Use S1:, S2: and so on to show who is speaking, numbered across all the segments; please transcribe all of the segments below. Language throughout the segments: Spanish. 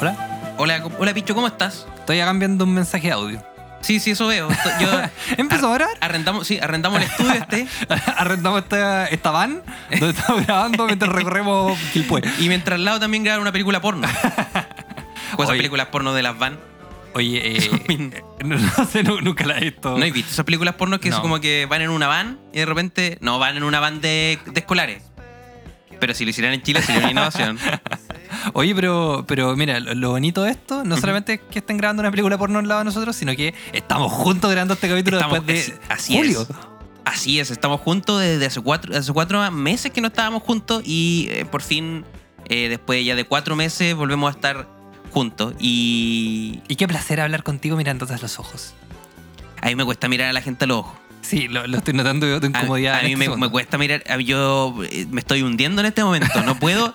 S1: Hola.
S2: Hola, com- hola Picho, ¿cómo estás?
S1: Estoy acá enviando un mensaje de audio.
S2: Sí, sí, eso veo. Esto- Yo
S1: ¿Empezó a orar?
S2: arrendamos, sí, arrendamos el estudio este
S1: Arrendamos esta, esta van donde estamos grabando mientras recorremos Quilpue.
S2: y mientras al lado también grabar una película porno. Con esas
S1: Oye.
S2: películas porno de las van.
S1: Oye, eh, no, no sé, nu- nunca la he visto.
S2: ¿No has visto esas películas porno que
S1: No.
S2: es como que van en una van y de repente no van en una van de, de escolares? Pero si lo hicieran en Chile sería una innovación.
S1: Oye, pero, pero mira, lo, lo bonito de esto no solamente es que estén grabando una película porno al lado de nosotros, sino que estamos juntos grabando este capítulo
S2: Estamos-
S1: después de
S2: es- así
S1: julio.
S2: es. Así es, estamos juntos desde hace cuatro, hace cuatro meses que no estábamos juntos y eh, por fin, eh, después ya de cuatro meses, volvemos a estar juntos. Y
S1: Y qué placer hablar contigo mirándote a los ojos.
S2: a mí me cuesta mirar a la gente a los ojos.
S1: Sí, lo, lo estoy notando yo de
S2: A,
S1: incomodidad.
S2: a
S1: en
S2: mí
S1: este
S2: me,
S1: segundo.
S2: me cuesta mirar, a- yo eh, me estoy hundiendo en este momento, no puedo.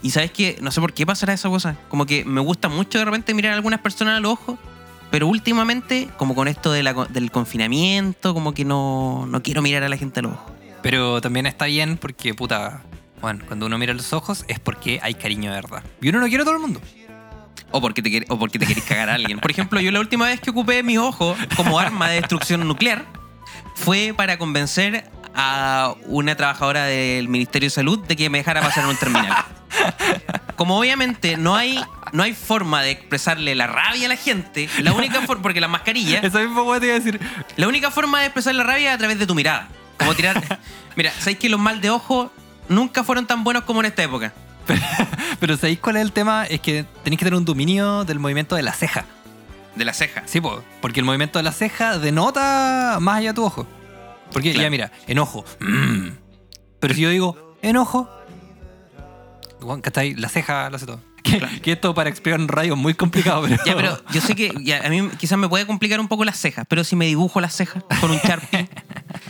S2: Y sabes que no sé por qué pasará esa cosa. Como que me gusta mucho de repente mirar a algunas personas a los ojos, pero últimamente, como con esto de la co- del confinamiento, como que no, no quiero mirar a la gente a los ojos.
S1: Pero también está bien porque, puta, bueno, cuando uno mira los ojos es porque hay cariño de verdad. Y uno no quiere a todo el mundo.
S2: O porque te, quer- o porque te querés cagar a alguien. Por ejemplo, yo la última vez que ocupé mis ojos como arma de destrucción nuclear fue para convencer a una trabajadora del Ministerio de Salud de que me dejara pasar en un terminal. Como obviamente no hay, no hay forma de expresarle la rabia a la gente, la única forma, porque la mascarilla,
S1: Esa misma hueá te iba a decir.
S2: la única forma de expresar la rabia es a través de tu mirada. Como tirar. Mira, ¿sabéis que los mal de ojo nunca fueron tan buenos como en esta época?
S1: Pero ¿sabéis cuál es el tema? Es que tenéis que tener un dominio del movimiento de la ceja.
S2: De las cejas.
S1: Sí, po, porque el movimiento de la ceja denota más allá de tu ojo. Porque
S2: Claro.
S1: ya mira, enojo. mm. Pero si yo digo enojo, Juan, ¿cachai? La ceja lo hace todo. Que, que esto para explicar en radio es muy complicado, pero.
S2: Ya, pero yo sé que ya, a mí quizás me puede complicar un poco las cejas, pero si me dibujo las cejas con un Sharpie,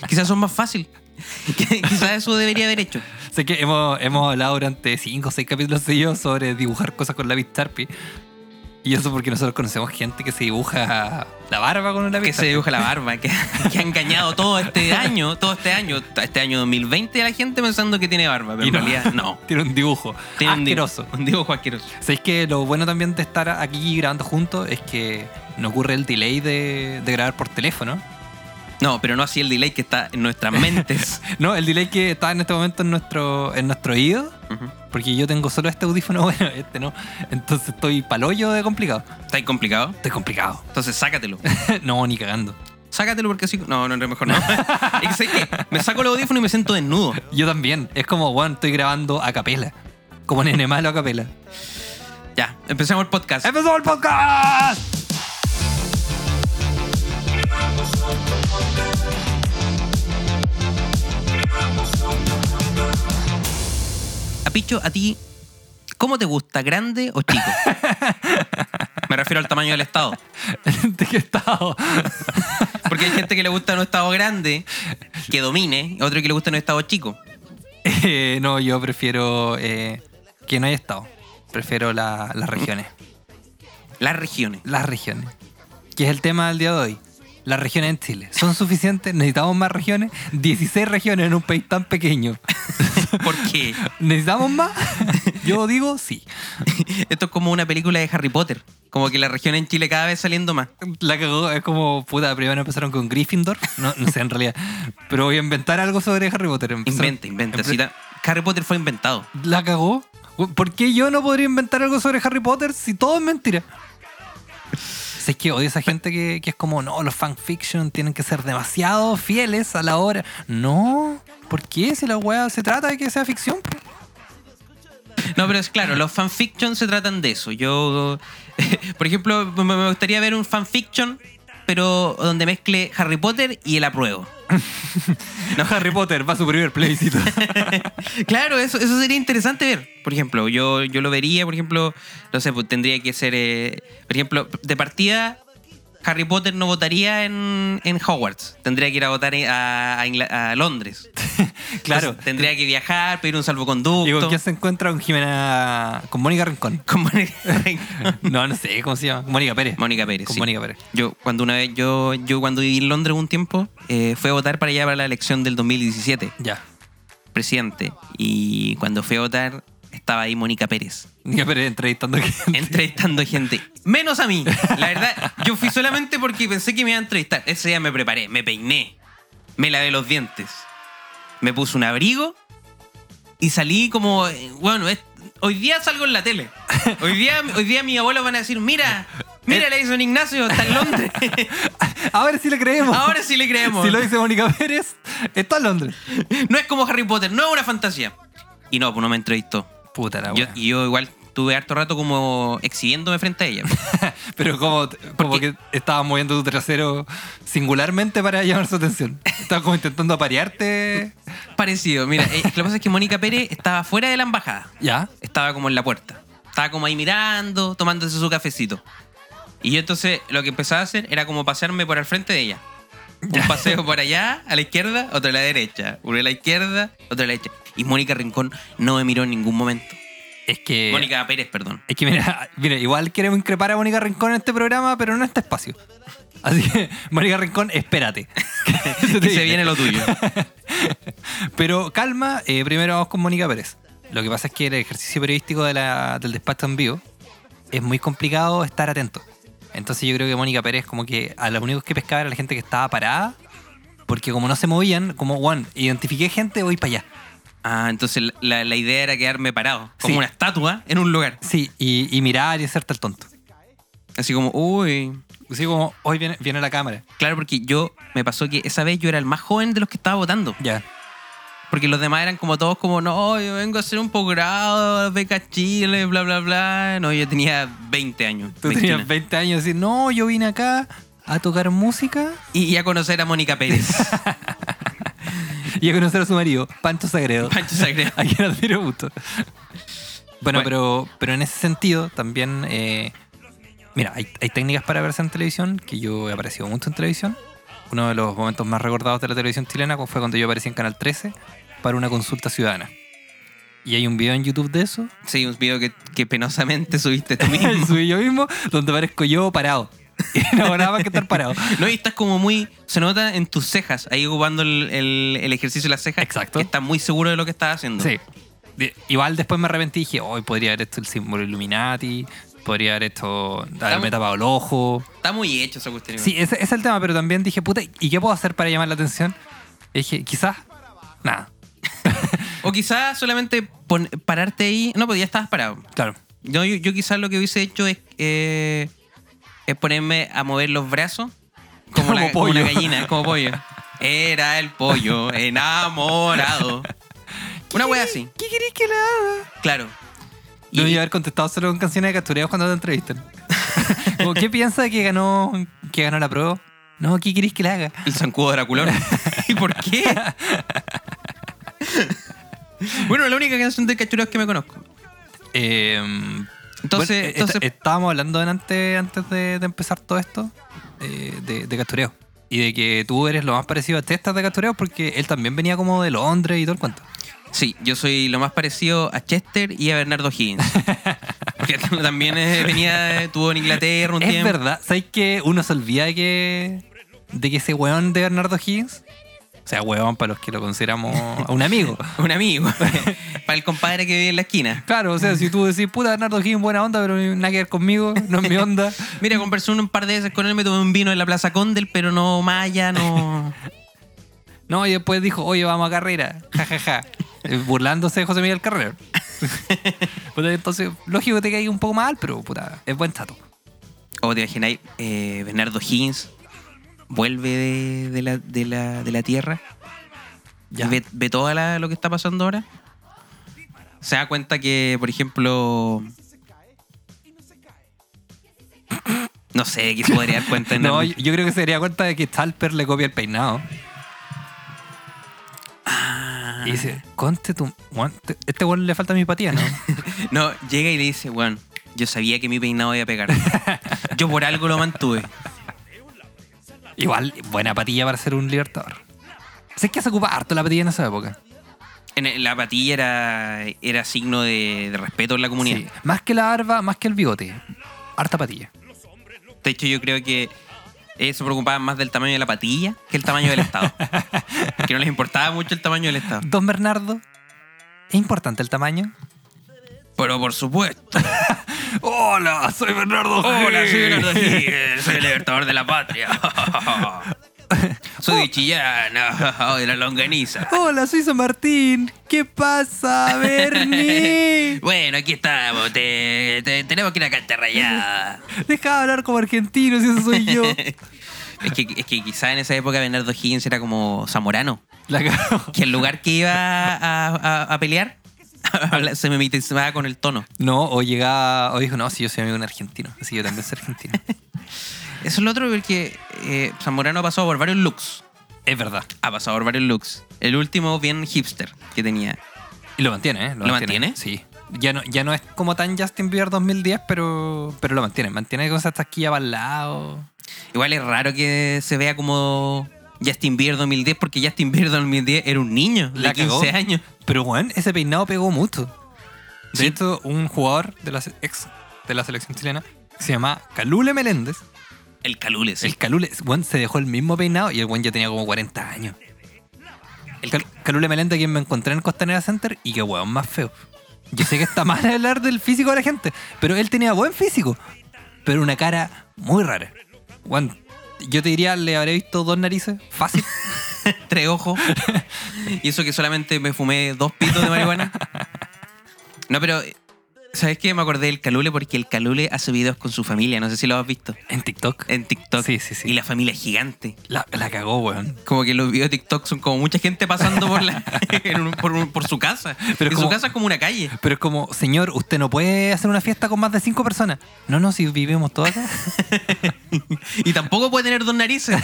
S2: quizás son más fácil. quizás eso debería haber hecho.
S1: Sé que hemos, hemos hablado durante 5 o 6 capítulos seguidos sobre dibujar cosas con lápiz Sharpie. Y eso porque nosotros conocemos gente que se dibuja la barba con un lápiz
S2: Que se dibuja la barba, que, que ha engañado todo este año, todo este año, este año 2020 a la gente pensando que tiene barba, pero
S1: Y
S2: en
S1: no.
S2: realidad no.
S1: Tiene un dibujo
S2: Tiene un di-
S1: asqueroso.
S2: Un dibujo asqueroso.
S1: ¿Sabéis que lo bueno también de estar aquí grabando juntos es que no ocurre el delay de, de grabar por teléfono?
S2: No, pero no así el delay que está en nuestras mentes.
S1: No, el delay que está en este momento en nuestro, en nuestro oído,
S2: Ujú.
S1: porque yo tengo solo este audífono, bueno, este no. Entonces estoy palollo de complicado.
S2: Está ahí complicado.
S1: Estoy complicado.
S2: Entonces sácatelo.
S1: no, ni cagando.
S2: Sácatelo porque así. No, no, no, mejor no. Es que, ¿sabes qué? Me saco el audífono y me siento desnudo.
S1: Yo también. Es como, bueno, estoy grabando a capela. Como nene malo a capela.
S2: Ya, empecemos el podcast.
S1: ¡Empezó el podcast!
S2: A Picho, a ti, ¿cómo te gusta? ¿Grande o chico? Me refiero al tamaño del estado.
S1: ¿De qué estado?
S2: Porque hay gente que le gusta un estado grande, que domine, y otro que le gusta un estado chico.
S1: Eh, no, yo prefiero eh, que no haya estado. Prefiero la- las regiones.
S2: Las regiones.
S1: Las regiones. Que es el tema del día de hoy. Las regiones en Chile. ¿Son suficientes? ¿Necesitamos más regiones? 16 regiones en un país tan pequeño.
S2: ¿Por qué?
S1: ¿Necesitamos más? Yo digo sí.
S2: Esto es como una película de Harry Potter. Como que la región en Chile cada vez saliendo más.
S1: La cagó, es como, puta, primero empezaron con Gryffindor. No, no sé, en realidad. Pero voy a inventar algo sobre Harry Potter. Empezaron-
S2: Inventa, inventa.
S1: empe-
S2: Si ta- Harry Potter fue inventado.
S1: La cagó. ¿Por qué yo no podría inventar algo sobre Harry Potter si todo es mentira? Si es que odio a esa gente que, que es como, no, los fanfiction tienen que ser demasiado fieles a la obra. No, ¿por qué? Si la weá se trata de que sea ficción. po.
S2: No, pero es claro, los fanfiction se tratan de eso. Yo, por ejemplo, me- me gustaría ver un fanfiction, pero donde mezcle Harry Potter y el apruebo.
S1: No, Harry Potter va a su primer plebiscito.
S2: Claro, eso, eso sería interesante ver. Por ejemplo, yo, yo lo vería, por ejemplo, no sé, pues tendría que ser, eh, por ejemplo, de partida, Harry Potter no votaría en, en Hogwarts. Tendría que ir a votar a, a Ingla- a Londres.
S1: Claro.
S2: Entonces, tendría que viajar, pedir un
S1: ¿Y
S2: salvoconducto.
S1: con quién se encuentra con Jimena. con Mónica Rincón?
S2: Con Mónica-
S1: No, no sé cómo se llama. Mónica Pérez.
S2: Mónica Pérez.
S1: Con
S2: sí.
S1: Mónica Pérez.
S2: Yo cuando una vez yo yo cuando viví en Londres un tiempo eh, fui a votar para allá para la elección del 2017
S1: Ya.
S2: presidente y cuando fui a votar estaba ahí Mónica Pérez
S1: Mónica Pérez entrevistando gente.
S2: entrevistando gente menos a mí la verdad yo fui solamente porque pensé que me iba a entrevistar ese día me preparé me peiné me lavé los dientes me puse un abrigo y salí como eh, bueno es- hoy día salgo en la tele hoy día hoy día mis abuelos van a decir mira
S1: Eh,
S2: mira le hizo Ignacio está en Londres
S1: A ver si le creemos.
S2: Ahora sí le creemos.
S1: Si lo dice Mónica Pérez, está en Londres.
S2: No es como Harry Potter, no es una fantasía. Y no, pues no me entrevistó.
S1: Puta la
S2: Yo,
S1: wea.
S2: y yo igual tuve harto rato como exhibiéndome frente a ella.
S1: Pero como, como que estaba moviendo tu trasero singularmente para llamar su atención. Estaba como intentando aparearte.
S2: Parecido, mira, eh, lo que pasa es que Mónica Pérez estaba fuera de la embajada.
S1: Ya.
S2: Estaba como en la puerta. Estaba como ahí mirando, tomándose su cafecito. Y yo entonces lo que empezaba a hacer era como pasearme por al frente de ella. Un paseo por allá, a la izquierda, otro a la derecha. Uno a la izquierda, otro a la derecha. Y Mónica Rincón no me miró en ningún momento.
S1: Es que.
S2: Mónica Pérez, perdón.
S1: Es que mira, mira, igual queremos increpar a Mónica Rincón en este programa, pero no en este espacio. Así que, Mónica Rincón, espérate. Que
S2: Y se viene lo tuyo.
S1: Pero calma, eh, primero vamos con Mónica Pérez. Lo que pasa es que el ejercicio periodístico de la- del despacho en vivo es muy complicado estar atento. Entonces yo creo que Mónica Pérez como que a lo único que pescaba era la gente que estaba parada, porque como no se movían, como, Juan, identifiqué gente, voy para allá.
S2: Ah, entonces la- la, la idea era quedarme parado, como
S1: Sí.
S2: una estatua en un lugar.
S1: Sí, y, y mirar y hacerte el tonto.
S2: Así como, uy.
S1: Así como, hoy viene, viene la cámara.
S2: Claro, porque yo me pasó que esa vez yo era el más joven de los que estaba votando.
S1: Ya.
S2: Porque los demás eran como todos como, no, yo vengo a hacer un posgrado, beca Chile, bla, bla, bla. No, yo tenía 20 años.
S1: Tú
S2: 21.
S1: tenías 20 años y decís, no, yo vine acá a tocar música
S2: Y, y a conocer a Mónica Pérez.
S1: y a conocer a su marido, Pancho Sagredo,
S2: Pancho Sagredo.
S1: a quien admiro mucho. Bueno,
S2: Bueno.
S1: Pero, pero en ese sentido también, eh, mira, hay, hay técnicas para verse en televisión, que yo he aparecido mucho en televisión. Uno de los momentos más recordados de la televisión chilena fue cuando yo aparecí en Canal 13 para una consulta ciudadana. Y hay un video en YouTube de eso,
S2: Sí, un video que, que penosamente subiste tú mismo.
S1: subí yo mismo, donde aparezco yo parado. Y no hago nada más que estar parado.
S2: No, y estás como muy. Se nota en tus cejas, ahí ocupando el, el- el ejercicio de las cejas.
S1: Exacto.
S2: Que estás muy seguro de lo que estás haciendo.
S1: Sí. De- igual después me arrepentí y dije, hoy podría haber hecho el símbolo Illuminati, podría haber hecho, haberme
S2: Estamos-
S1: tapado el ojo.
S2: Está muy hecho esa cuestión.
S1: Sí, ese, ese es el tema, pero también dije, puta, ¿y qué puedo hacer para llamar la atención? Y dije, quizás, nada,
S2: O quizás solamente pon- pararte ahí. No, porque ya estabas parado.
S1: claro.
S2: No, yo, yo quizás lo que hubiese hecho es, eh, es ponerme a mover los brazos como,
S1: Como
S2: la- como una
S1: pollo.
S2: gallina, como pollo. Era el pollo enamorado. Una wea así,
S1: ¿Qué querés que le haga?
S2: claro. Y-
S1: Yo haber contestado solo con canciones de castureos cuando te entrevistan. Como, ¿Qué piensa de que ganó, que ganó la prueba? No, ¿qué querés que le haga?
S2: El zancudo draculón. ¿Y por qué? bueno, la única canción de Cachureos que me conozco.
S1: Eh,
S2: Entonces-
S1: bueno, eh, esta-
S2: entonces-
S1: estábamos hablando antes, antes de, de empezar todo esto eh, de, de Castureo. Y de que tú eres lo más parecido a Testas de Castureo porque él también venía como de Londres y todo el cuento.
S2: Sí, yo soy lo más parecido a Chester y a Bernardo Higgins. Porque también eh, venía, estuvo en Inglaterra un
S1: es
S2: tiempo.
S1: verdad, ¿sabes que uno se olvida de que, de que ese weón de Bernardo Higgins, o sea, weón para los que lo consideramos un amigo.
S2: Un amigo. Para el compadre que vive en la esquina.
S1: Claro, o sea, si tú decís, puta, Bernardo Higgins, buena onda, pero nada que ver conmigo, no es mi onda.
S2: Mira, conversé un par de veces con él, me tomé un vino en la Plaza Condel, pero no Maya, no.
S1: No, y después dijo, oye, vamos a carrera. Ja, ja, ja. Eh, Burlándose de José Miguel Carrera. Puta, entonces, lógico que te caiga un poco mal, pero puta, es buen chato.
S2: ¿Cómo Oh, te imagináis? Eh, Bernardo Higgins vuelve de, de la, de, la, de la tierra.
S1: Ya.
S2: y Ve, ve todo lo que está pasando ahora. Se da cuenta que, por ejemplo. No sé, que se podría dar cuenta.
S1: No,
S2: Bernardo.
S1: yo, yo creo que se daría cuenta de que Talper le copia el peinado. Y dice, conte tu. weón, te- Este weón le falta mi empatía, ¿no?
S2: No, llega y le dice, weón, yo sabía que mi peinado iba a pegar. Yo por algo lo mantuve.
S1: Igual, buena patilla para ser un libertador. Sé que se ocupa harto la patilla en esa época.
S2: En el- la patilla era, era signo de, de respeto en la comunidad.
S1: Sí. Más que la barba, más que el bigote. Harta patilla.
S2: De hecho, yo creo que ellos se preocupaban más del tamaño de la patilla que el tamaño del Estado. que no les importaba mucho el tamaño del Estado.
S1: Don Bernardo, ¿es importante el tamaño?
S2: Pero por supuesto.
S1: Hola, soy Bernardo.
S2: Hola, soy Leonardo
S1: Gil.
S2: Gil, soy el libertador de la patria. soy de Chillana, de la longaniza.
S1: Hola, soy San Martín. ¿Qué pasa, Bernie?
S2: Bueno, aquí estamos. te- te- tenemos que ir a cantar rayada.
S1: Deja de hablar como argentino, si eso soy yo.
S2: Es que, es que quizá en esa época Bernardo Higgins era como zamorano.
S1: La cago.
S2: Que el lugar que iba a, a- a pelear habla- se me mimetizaba con el tono.
S1: No, o llegaba, o dijo, no, si yo soy amigo de un argentino, así yo también soy argentino.
S2: Eso es lo otro porque eh, Zamorano ha pasado por varios looks.
S1: es verdad.
S2: Ha pasado por varios looks. El último bien hipster que tenía.
S1: Y lo mantiene, ¿eh?
S2: ¿Lo mantiene?
S1: Sí. Ya no, ya no es como tan Justin Bieber 2010, pero, pero lo mantiene. Mantiene cosas hasta aquí para el lado.
S2: Igual es raro que se vea como Justin Bieber 2010 porque Justin Bieber 2010 era un niño de
S1: La
S2: 15
S1: cagó.
S2: años.
S1: Pero, weón, ese peinado pegó mucho. De
S2: Sí.
S1: hecho, un jugador de la, se- ex de la selección chilena que se llama Calule Meléndez.
S2: El Calule, sí.
S1: El Calule, weón, se dejó el mismo peinado y el weón ya tenía como 40 años. El Cal- Calule Meléndez, quien me encontré en Costanera Center, y qué weón más feo. Yo sé que está mal hablar del físico de la gente, pero él tenía buen físico, pero una cara muy rara. Weón, yo te diría, le habré visto dos narices, fácil.
S2: tres ojos. y eso que solamente me fumé dos pitos de marihuana. No, pero ¿sabes qué? Me acordé del Calule porque el Calule hace videos con su familia, no sé si lo has visto,
S1: En TikTok.
S2: en TikTok.
S1: Sí, sí, sí.
S2: Y la familia es gigante.
S1: La, la cagó, weón.
S2: Como que los videos de TikTok son como mucha gente pasando por, la, en un- por, un- por su casa.
S1: Pero
S2: Pero
S1: como-
S2: su casa es como una calle.
S1: Pero es como, señor, usted no puede hacer una fiesta con más de cinco personas. No, no, si vivimos todos acá.
S2: Y tampoco puede tener dos narices.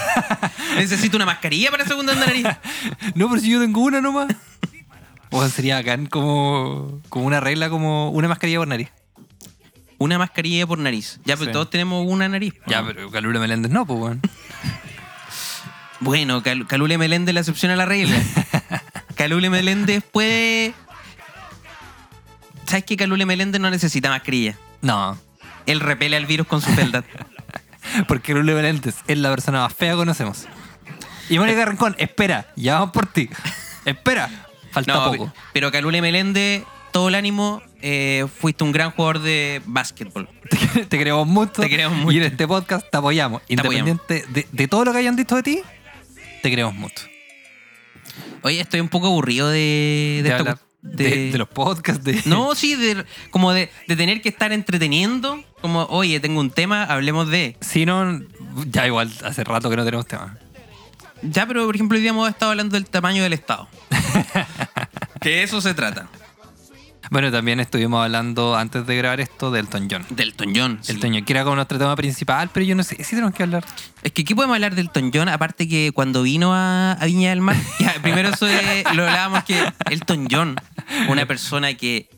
S2: Necesito una mascarilla para segunda nariz.
S1: No, pero si yo tengo una nomás. O sea, sería bacán como, como una regla, como una mascarilla por nariz.
S2: Una mascarilla por nariz. Ya, pero
S1: Sí.
S2: todos tenemos una nariz.
S1: Ya, pero Calula Meléndez no, pues, weón.
S2: Bueno, Cal- Calule Meléndez la excepción a la regla. Calule Meléndez puede. ¿Sabes que Calule Meléndez no necesita mascarilla?
S1: No,
S2: Él repele al virus con su fealdad.
S1: porque Calula Meléndez es la persona más fea que conocemos. Y Mónica Rincón, espera, ya vamos por ti. Espera, falta
S2: No,
S1: poco.
S2: pe- pero Calule Meléndez, todo el ánimo, eh, fuiste un gran jugador de básquetbol.
S1: Te, queremos mucho.
S2: Te queremos mucho.
S1: Y en este podcast te apoyamos.
S2: apoyamos.
S1: Independiente de, de todo lo que hayan dicho de ti, te queremos mucho.
S2: Oye, estoy un poco aburrido de, de,
S1: De,
S2: esta
S1: hablar-
S2: cu-
S1: de,
S2: de-
S1: de los podcasts, de...
S2: No, sí, de- como de, de tener que estar entreteniendo. Como, oye, tengo un tema, hablemos de.
S1: Si no, ya igual hace rato que no tenemos tema.
S2: Ya, pero por ejemplo, hoy día hemos estado hablando del tamaño del Estado. que de eso se trata.
S1: Bueno, también estuvimos hablando antes de grabar esto del Elton John.
S2: Delton John. sí.
S1: Elton John, que era como nuestro tema principal, pero yo no sé si tenemos que hablar.
S2: Es que aquí podemos hablar del Elton John, aparte que cuando vino a, a Viña del Mar, ya, primero eso de- lo hablábamos que Elton John, una persona que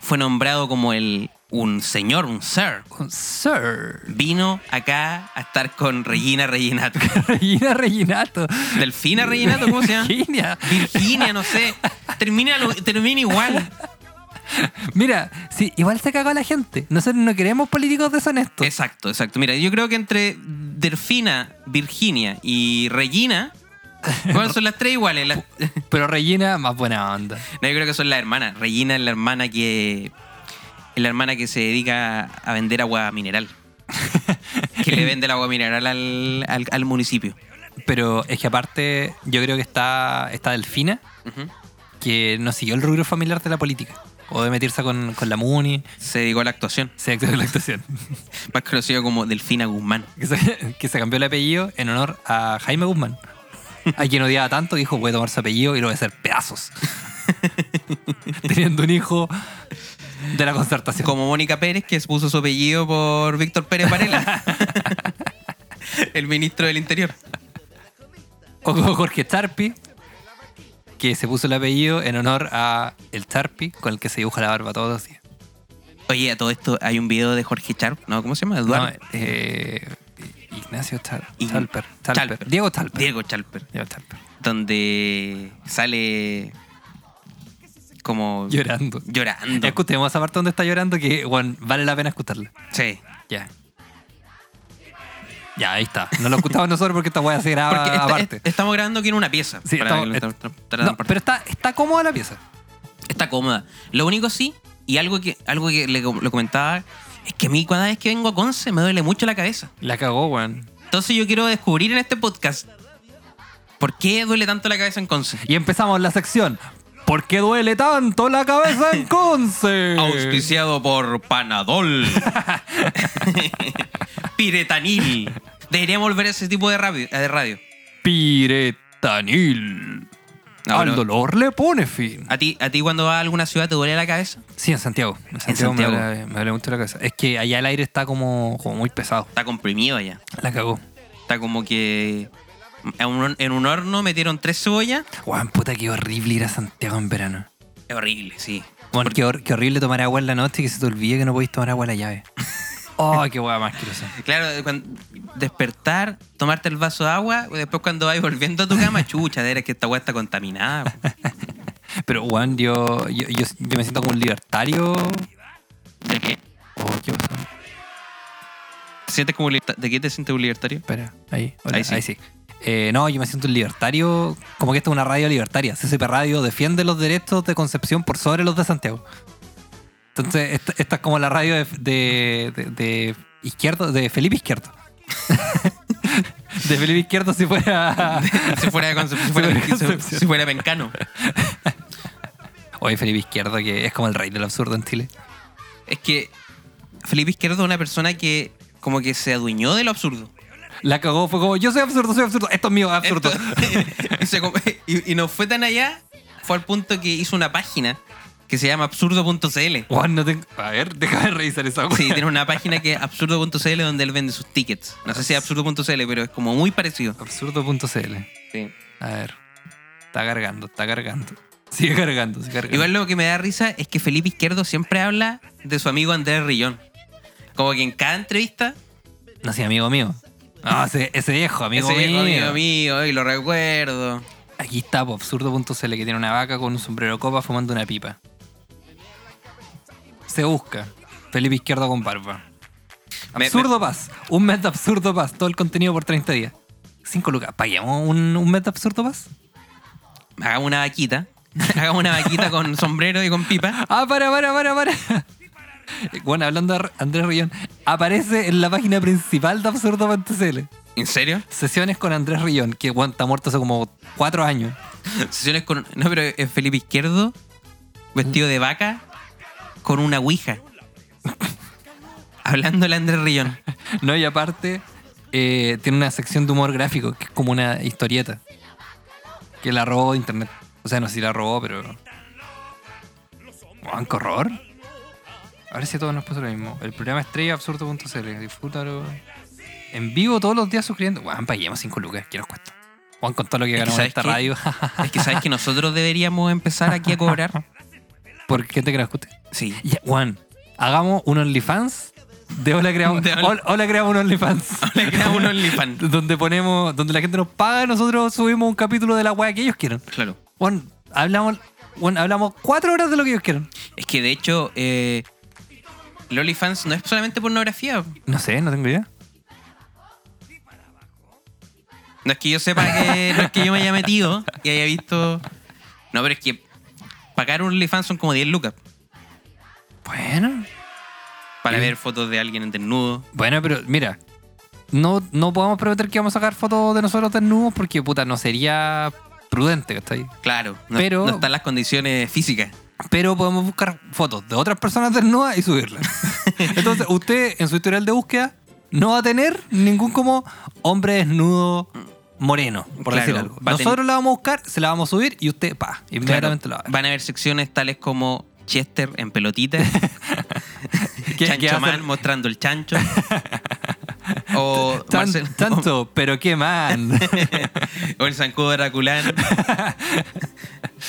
S2: fue nombrado como el un señor, un sir,
S1: Con Sir.
S2: vino acá a estar con Regina Reginato.
S1: Regina Reginato.
S2: Delfina Reginato, ¿cómo se llama?
S1: Virginia.
S2: Virginia, no sé. Termina, lo- termina igual.
S1: Mira, sí, igual se cagó la gente. Nosotros no queremos políticos deshonestos.
S2: Exacto, exacto. Mira, yo creo que entre Delfina, Virginia y Regina, ¿cuáles son las tres iguales? Las-
S1: Pero Regina, más buena onda.
S2: No, yo creo que son las hermanas. Regina es la hermana que. Es la hermana que se dedica a vender agua mineral. que le vende el agua mineral al, al- al municipio.
S1: Pero es que aparte, yo creo que está, está Delfina,
S2: Ujú.
S1: que no siguió el rubro familiar de la política. O de meterse con, con la Muni.
S2: Se dedicó a la actuación.
S1: Se activó la actuación.
S2: Más conocido como Delfina Guzmán.
S1: que se, que se cambió el apellido en honor a Jaime Guzmán. A quien odiaba tanto que dijo, voy a tomar su apellido y lo voy a hacer pedazos. Teniendo un hijo de la concertación.
S2: Como Mónica Pérez, que puso su apellido por Víctor Pérez Varela. el ministro del Interior.
S1: O como Jorge Charpi, que se puso el apellido en honor a el Charpi, con el que se dibuja la barba todos los días. eh,
S2: Oye, a todo esto hay un video de Jorge Charp, ¿no? ¿Cómo se llama?
S1: No,
S2: Eduardo.
S1: eh, y- y Ignacio Chal-
S2: Y-
S1: Chalper. Chalper.
S2: Chalper.
S1: Diego Chalper.
S2: Diego Chalper.
S1: Diego Chalper.
S2: Donde sale como
S1: Llorando.
S2: llorando.
S1: Ya escuchemos esa parte donde está llorando que, bueno, vale la pena escucharla.
S2: Sí.
S1: Ya. Ya, ahí está. No lo escuchamos nosotros porque esta voy a hacer
S2: Porque esta-
S1: Ah, aparte.
S2: est- estamos grabando aquí en una pieza.
S1: Sí,
S2: para
S1: estamos-
S2: que lo tra- tra- tra-
S1: No, pero está, está cómoda la pieza.
S2: Está cómoda. Lo único sí, y algo que, algo que le, com- lo comentaba, es que a mí cada vez que vengo a Conce me duele mucho la cabeza.
S1: La cagó, weón.
S2: Entonces yo quiero descubrir en este podcast por qué duele tanto la cabeza en Conce.
S1: Y empezamos la sección. ¿Por qué duele tanto la cabeza en Conce?
S2: Auspiciado por Panadol. Piretanil. Deberíamos volver a ese tipo de radio. De radio.
S1: Piretanil.
S2: No,
S1: Al
S2: pero-
S1: dolor le pone fin.
S2: ¿A ti, ¿A ti cuando vas a alguna ciudad te duele la cabeza?
S1: Sí, en Santiago. En Santiago, me
S2: Santiago.
S1: duele- me duele mucho la cabeza. Es que allá el aire está como, como muy pesado.
S2: Está comprimido allá.
S1: La cagó.
S2: Está como que... En un, en un horno metieron tres cebollas.
S1: Weón, puta, qué horrible ir a Santiago en verano.
S2: Es horrible, sí.
S1: Bueno, qué, hor- qué horrible tomar agua en la noche y que se te olvide que no podéis tomar agua a la llave. Oh, qué hueá más asquerosa.
S2: Claro, cuan- despertar, tomarte el vaso de agua, y después cuando vas volviendo a tu cama, chucha, de veras que esta agua está contaminada.
S1: Pero, Juan, yo, yo, yo, yo me siento como un libertario. Oh,
S2: ¿De qué?
S1: qué pasó.
S2: ¿Te sientes como liberta- ¿De qué te sientes un libertario?
S1: Espera, ahí. hola,
S2: Ahí sí.
S1: Ahí sí. Eh, no, yo me siento un libertario. Como que esta es una radio libertaria. CCP Radio defiende los derechos de Concepción por sobre los de Santiago. Entonces, esta, esta es como la radio de, de, de- de Izquierdo, de Felipe Izquierdo. de Felipe Izquierdo si fuera.
S2: Si fuera, de Concep- si
S1: fuera de
S2: fuera, si-
S1: Concepción.
S2: si fuera pencano.
S1: Oye, Felipe Izquierdo, que es como el rey del absurdo en Chile.
S2: Es que Felipe Izquierdo es una persona que como que se adueñó de lo absurdo.
S1: La cagó, fue como, yo soy absurdo, soy absurdo, esto es mío, absurdo.
S2: Esto- se com- y, y no fue tan allá, fue al punto que hizo una página que se llama absurdo.cl.
S1: Juan, no tengo... A ver, déjame revisar esa
S2: Sí,
S1: wea.
S2: tiene una página que es absurdo.cl donde él vende sus tickets. No sé si es absurdo.cl, pero es como muy parecido.
S1: Absurdo.cl.
S2: Sí.
S1: A ver. Está cargando, está cargando. Sigue cargando, sigue cargando.
S2: Igual lo que me da risa es que Felipe Izquierdo siempre habla de su amigo Andrés Rillón. Como que en cada entrevista,
S1: No, sí, amigo mío. No, ese, ese viejo, amigo
S2: ese
S1: mío.
S2: viejo amigo mío, y lo recuerdo.
S1: Aquí está, po, absurdo.cl, que tiene una vaca con un sombrero copa fumando una pipa. Se busca. Felipe Izquierdo con barba.
S2: Me-
S1: Absurdo Paz. Un mes de Absurdo Paz. Todo el contenido por 30 días. 5 lucas. ¿Paguemos un, un mes de Absurdo Paz?
S2: me- hagamos una vaquita. hagamos una vaquita con sombrero y con pipa.
S1: Ah, para, para, para, para. Bueno, hablando de Ar- Andrés Rillón, aparece en la página principal de Absurdo.cl.
S2: ¿En serio?
S1: Sesiones con Andrés Rillón, que bueno, está muerto hace como cuatro años.
S2: Sesiones con. No, pero es Felipe Izquierdo, vestido de vaca, con una ouija. Hablándole a Andrés Rillón.
S1: No, y aparte, eh, tiene una sección de humor gráfico, que es como una historieta. Que la robó de internet. O sea, no sé si la robó, pero. Juan, qué horror. A ver si a todos nos pasa lo mismo. El programa estrella absurdo.cl. Disfrútalo. En vivo todos los días suscribiendo. Juan, paguemos 5 lucas, que nos cuesta. Juan, con todo lo que
S2: Es que
S1: ganamos en
S2: ¿sabes
S1: esta
S2: qué?
S1: radio.
S2: Es que sabes que nosotros deberíamos empezar aquí a cobrar.
S1: ¿Por qué te creas que usted?
S2: Sí.
S1: Ya, Juan, hagamos un OnlyFans de Hola Creamos,
S2: De Hola-
S1: Hola- Hola Creamos un OnlyFans.
S2: Le creamos un OnlyFans.
S1: donde ponemos, donde la gente nos paga, nosotros subimos un capítulo de la weá que ellos quieran.
S2: Claro.
S1: Juan, hablamos, Juan, hablamos cuatro horas de lo que ellos quieran.
S2: Es que de hecho, eh, el OnlyFans no es solamente pornografía.
S1: No sé, no tengo idea.
S2: No es que yo sepa que. No es que yo me haya metido y haya visto. No, pero es que pagar un OnlyFans son como 10 lucas
S1: Bueno.
S2: para
S1: Sí.
S2: ver fotos de alguien en desnudo.
S1: Bueno, pero mira, no, no podemos prometer que vamos a sacar fotos de nosotros desnudos porque puta, no sería prudente, ¿cachai?
S2: Claro, no,
S1: Pero-
S2: no están las condiciones físicas.
S1: Pero podemos buscar fotos de otras personas desnudas y subirlas. Entonces, usted en su historial de búsqueda no va a tener ningún como hombre desnudo moreno, por
S2: Claro,
S1: decir algo.
S2: va a ten-
S1: Nosotros la vamos a buscar, se la vamos a subir y usted, pa, inmediatamente
S2: Claro,
S1: la va a
S2: Van a haber secciones tales como Chester en pelotita,
S1: ver. ¿Qué- qué
S2: Chancho
S1: hace?
S2: Man mostrando el chancho. o,
S1: Tan-
S2: Marcel-
S1: tanto, pero qué man.
S2: o el zancudo Draculán.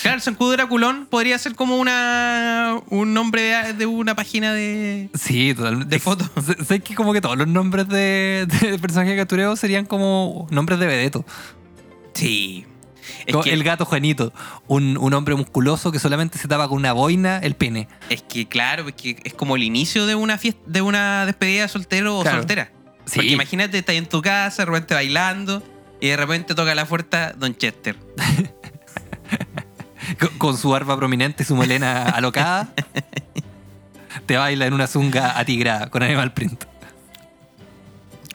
S2: Claro, el zancudo Draculón podría ser como una un nombre de, de una página de.
S1: Sí, totalmente.
S2: De foto.
S1: Sé, sé que como que todos los nombres de, de personajes capturados serían como nombres de vedeto.
S2: Sí. Es
S1: Como
S2: que,
S1: El gato Juanito, un, un hombre musculoso que solamente se tapa con una boina el pene.
S2: es que, claro, es que es como el inicio de una fiesta, de una despedida de soltero o
S1: Claro.
S2: soltera.
S1: Sí.
S2: Porque imagínate, estás en tu casa, de repente bailando, y de repente toca la puerta Don Chester.
S1: Con, con su barba prominente y su melena alocada. te baila en una zunga atigrada con animal print.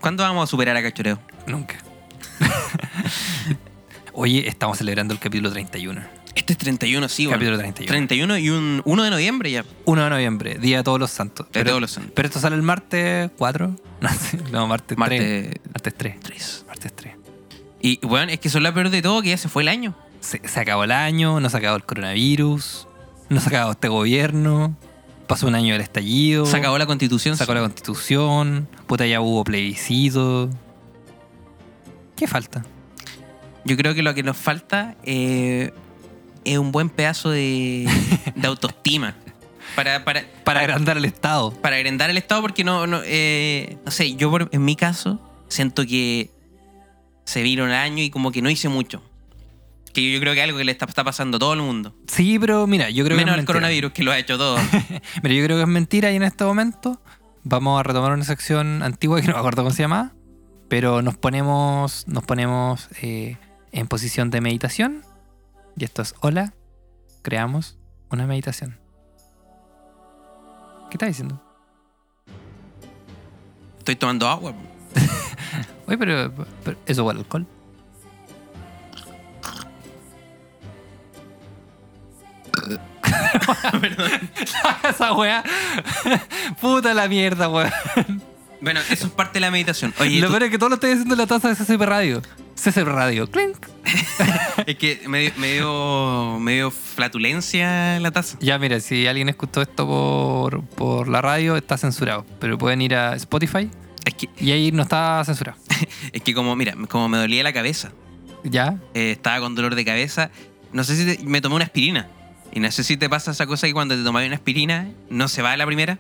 S2: ¿Cuándo vamos a superar a Cachoreo?
S1: Nunca. Oye, estamos celebrando el capítulo 31.
S2: Este es 31, sí, bueno.
S1: Capítulo 31.
S2: 31 y un 1 de noviembre ya.
S1: 1 de noviembre, Día de Todos los Santos.
S2: De Todos los Santos.
S1: Pero esto sale el martes 4. No, sí, no, martes 3. Martes
S2: Martes
S1: 3.
S2: 3.
S1: Martes 3.
S2: Y bueno, es que son la peor de todo, que ya se fue el año.
S1: Se, se acabó el año, no se acabó el coronavirus, no se acabó este gobierno, pasó un año del estallido,
S2: Se acabó la constitución.
S1: se acabó la constitución, puta ya hubo plebiscito. ¿Qué falta?
S2: Yo creo que lo que nos falta eh, es un buen pedazo de, de autoestima. Para, para,
S1: Para agrandar el Estado.
S2: para agrandar el Estado, porque no, no, eh, no sé, yo por- en mi caso siento que se vino el año y como que no hice mucho. Que yo, yo creo que es algo que le está, está pasando a todo el mundo.
S1: Sí, pero mira, yo creo que.
S2: Menos
S1: es
S2: el
S1: mentira.
S2: coronavirus que lo ha hecho todo.
S1: Mira, yo creo que es mentira y en este momento vamos a retomar una sección antigua que no me acuerdo cómo se llamaba, pero nos ponemos, nos ponemos eh, en posición de meditación. Y esto es, hola, creamos una meditación. ¿Qué estás diciendo?
S2: Estoy tomando agua.
S1: Oye, pero, pero eso huele a alcohol. Esa weá. Puta la mierda, weá.
S2: Bueno, eso es parte de la meditación. Oye,
S1: lo
S2: tú-
S1: peor es que todo lo estoy haciendo en la taza de CCP Radio. CCP Radio. Clink.
S2: es que me dio, me dio- me dio flatulencia en la taza.
S1: Ya, mira, si alguien escuchó esto por, por la radio, está censurado. Pero pueden ir a Spotify
S2: Es que,
S1: y ahí no está censurado.
S2: es que como, mira, como me dolía la cabeza.
S1: ¿Ya?
S2: eh, estaba con dolor de cabeza. No sé si te- me tomé una aspirina. Y no sé si te pasa esa cosa que cuando te tomas una aspirina no se va la primera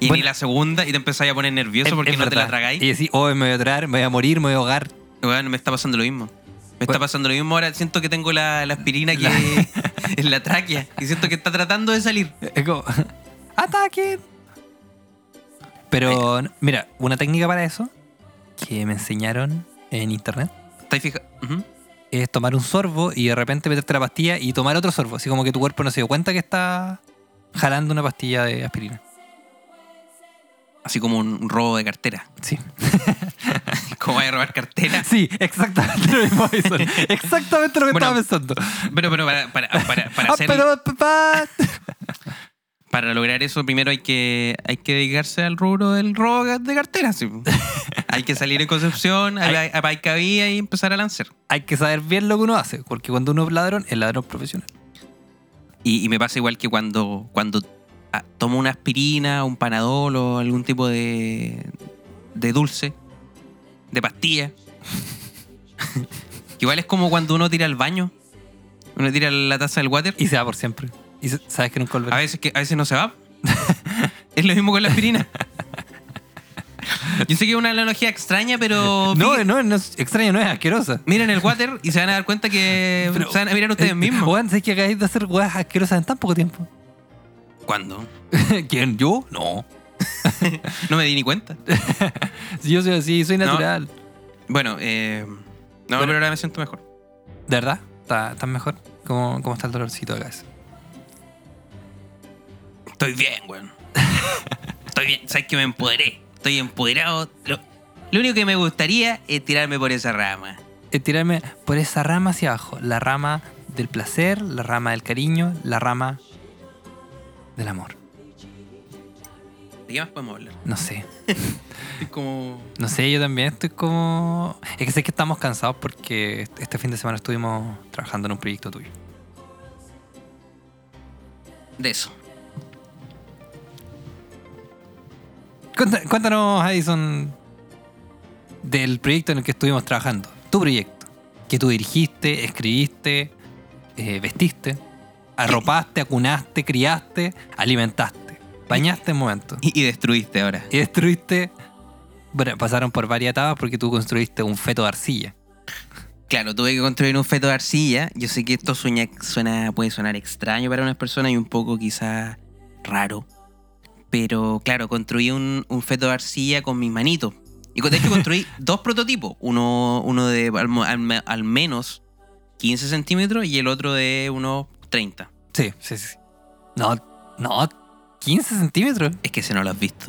S2: y
S1: Bueno.
S2: ni la segunda y te empezáis a poner nervioso
S1: Es-
S2: porque
S1: es
S2: no te la
S1: verdad.
S2: tragáis.
S1: Y decís, oh, me voy a tragar, me voy a morir, me voy a ahogar.
S2: Weón, me está pasando lo mismo. Me está
S1: Bueno.
S2: pasando lo mismo ahora. Siento que tengo la, la aspirina que en la tráquea y siento que está tratando de salir.
S1: Es como, ¡ataquen! Pero, no, mira, una técnica para eso que me enseñaron en internet
S2: ¿Estáis fija? Ujú.
S1: es tomar un sorbo y de repente meterte la pastilla y tomar otro sorbo. Así como que tu cuerpo no se dio cuenta que está jalando una pastilla de aspirina.
S2: Así como un robo de cartera.
S1: Sí.
S2: Como de robar cartera.
S1: Sí, exactamente lo mismo, Bison. Exactamente lo que
S2: Bueno,
S1: estaba pensando.
S2: Pero, pero para, para, para, para
S1: Ah,
S2: hacer-
S1: pero, papá.
S2: para lograr eso primero hay que, hay que dedicarse al rubro del robo de carteras. sí. hay que salir en Concepción, a, la- a Paicavía y empezar a lanzar.
S1: Hay que saber bien lo que uno hace, porque cuando uno es ladrón, es ladrón profesional.
S2: Y, y me pasa igual que cuando, cuando ah, tomo una aspirina, un panadol o algún tipo de, de dulce, de pastilla. Que igual es como cuando uno tira al baño, uno tira la taza del water.
S1: Y se va por siempre. Y se- sabes que nunca
S2: A
S1: volverá.
S2: veces, que, a veces no se va. es lo mismo con la aspirina. Yo sé que es una analogía extraña, pero
S1: No,
S2: fíjate-
S1: no, no es extraño, no es asquerosa.
S2: miren el water y se van a dar cuenta que
S1: Pero-
S2: se van a mirar ustedes
S1: Este,
S2: mismos.
S1: Juan, sé que acabáis de hacer weas asquerosas en tan poco tiempo.
S2: ¿Cuándo?
S1: ¿Quién? ¿Yo? No.
S2: No me di ni cuenta.
S1: Si yo soy así, soy
S2: No.
S1: natural.
S2: Bueno, eh, no, pero ahora me siento mejor.
S1: ¿De verdad? ¿Estás mejor? ¿Cómo, ¿Cómo está el dolorcito de cabeza?
S2: Estoy bien, weón. Estoy bien. Sabes que me empoderé. Estoy empoderado. Lo, lo único que me gustaría es tirarme por esa rama.
S1: es Eh, tirarme por esa rama hacia abajo. La rama del placer, la rama del cariño, la rama del amor.
S2: ¿De qué más podemos hablar?
S1: No sé.
S2: Es como.
S1: No sé, yo también estoy como... Es que sé que estamos cansados porque este fin de semana estuvimos trabajando en un proyecto tuyo.
S2: De eso.
S1: Cuenta- Cuéntanos, Addison, del proyecto en el que estuvimos trabajando. Tu proyecto. Que tú dirigiste, escribiste, eh, vestiste, arropaste, acunaste, criaste, alimentaste, bañaste en momentos.
S2: Y, y destruiste ahora.
S1: Y destruiste. Bueno, pasaron por varias etapas porque tú construiste un feto de arcilla.
S2: Claro, tuve que construir un feto de arcilla. Yo sé que esto sueña- suena, puede sonar extraño para unas personas y un poco quizás raro. Pero claro, construí un, un feto de arcilla con mis manitos. Y con- de hecho construí dos prototipos. Uno, uno de al, mo- al me- al menos 15 centímetros y el otro de unos 30.
S1: Sí, sí, sí. No, no, 15 centímetros.
S2: Es que ese no lo has visto.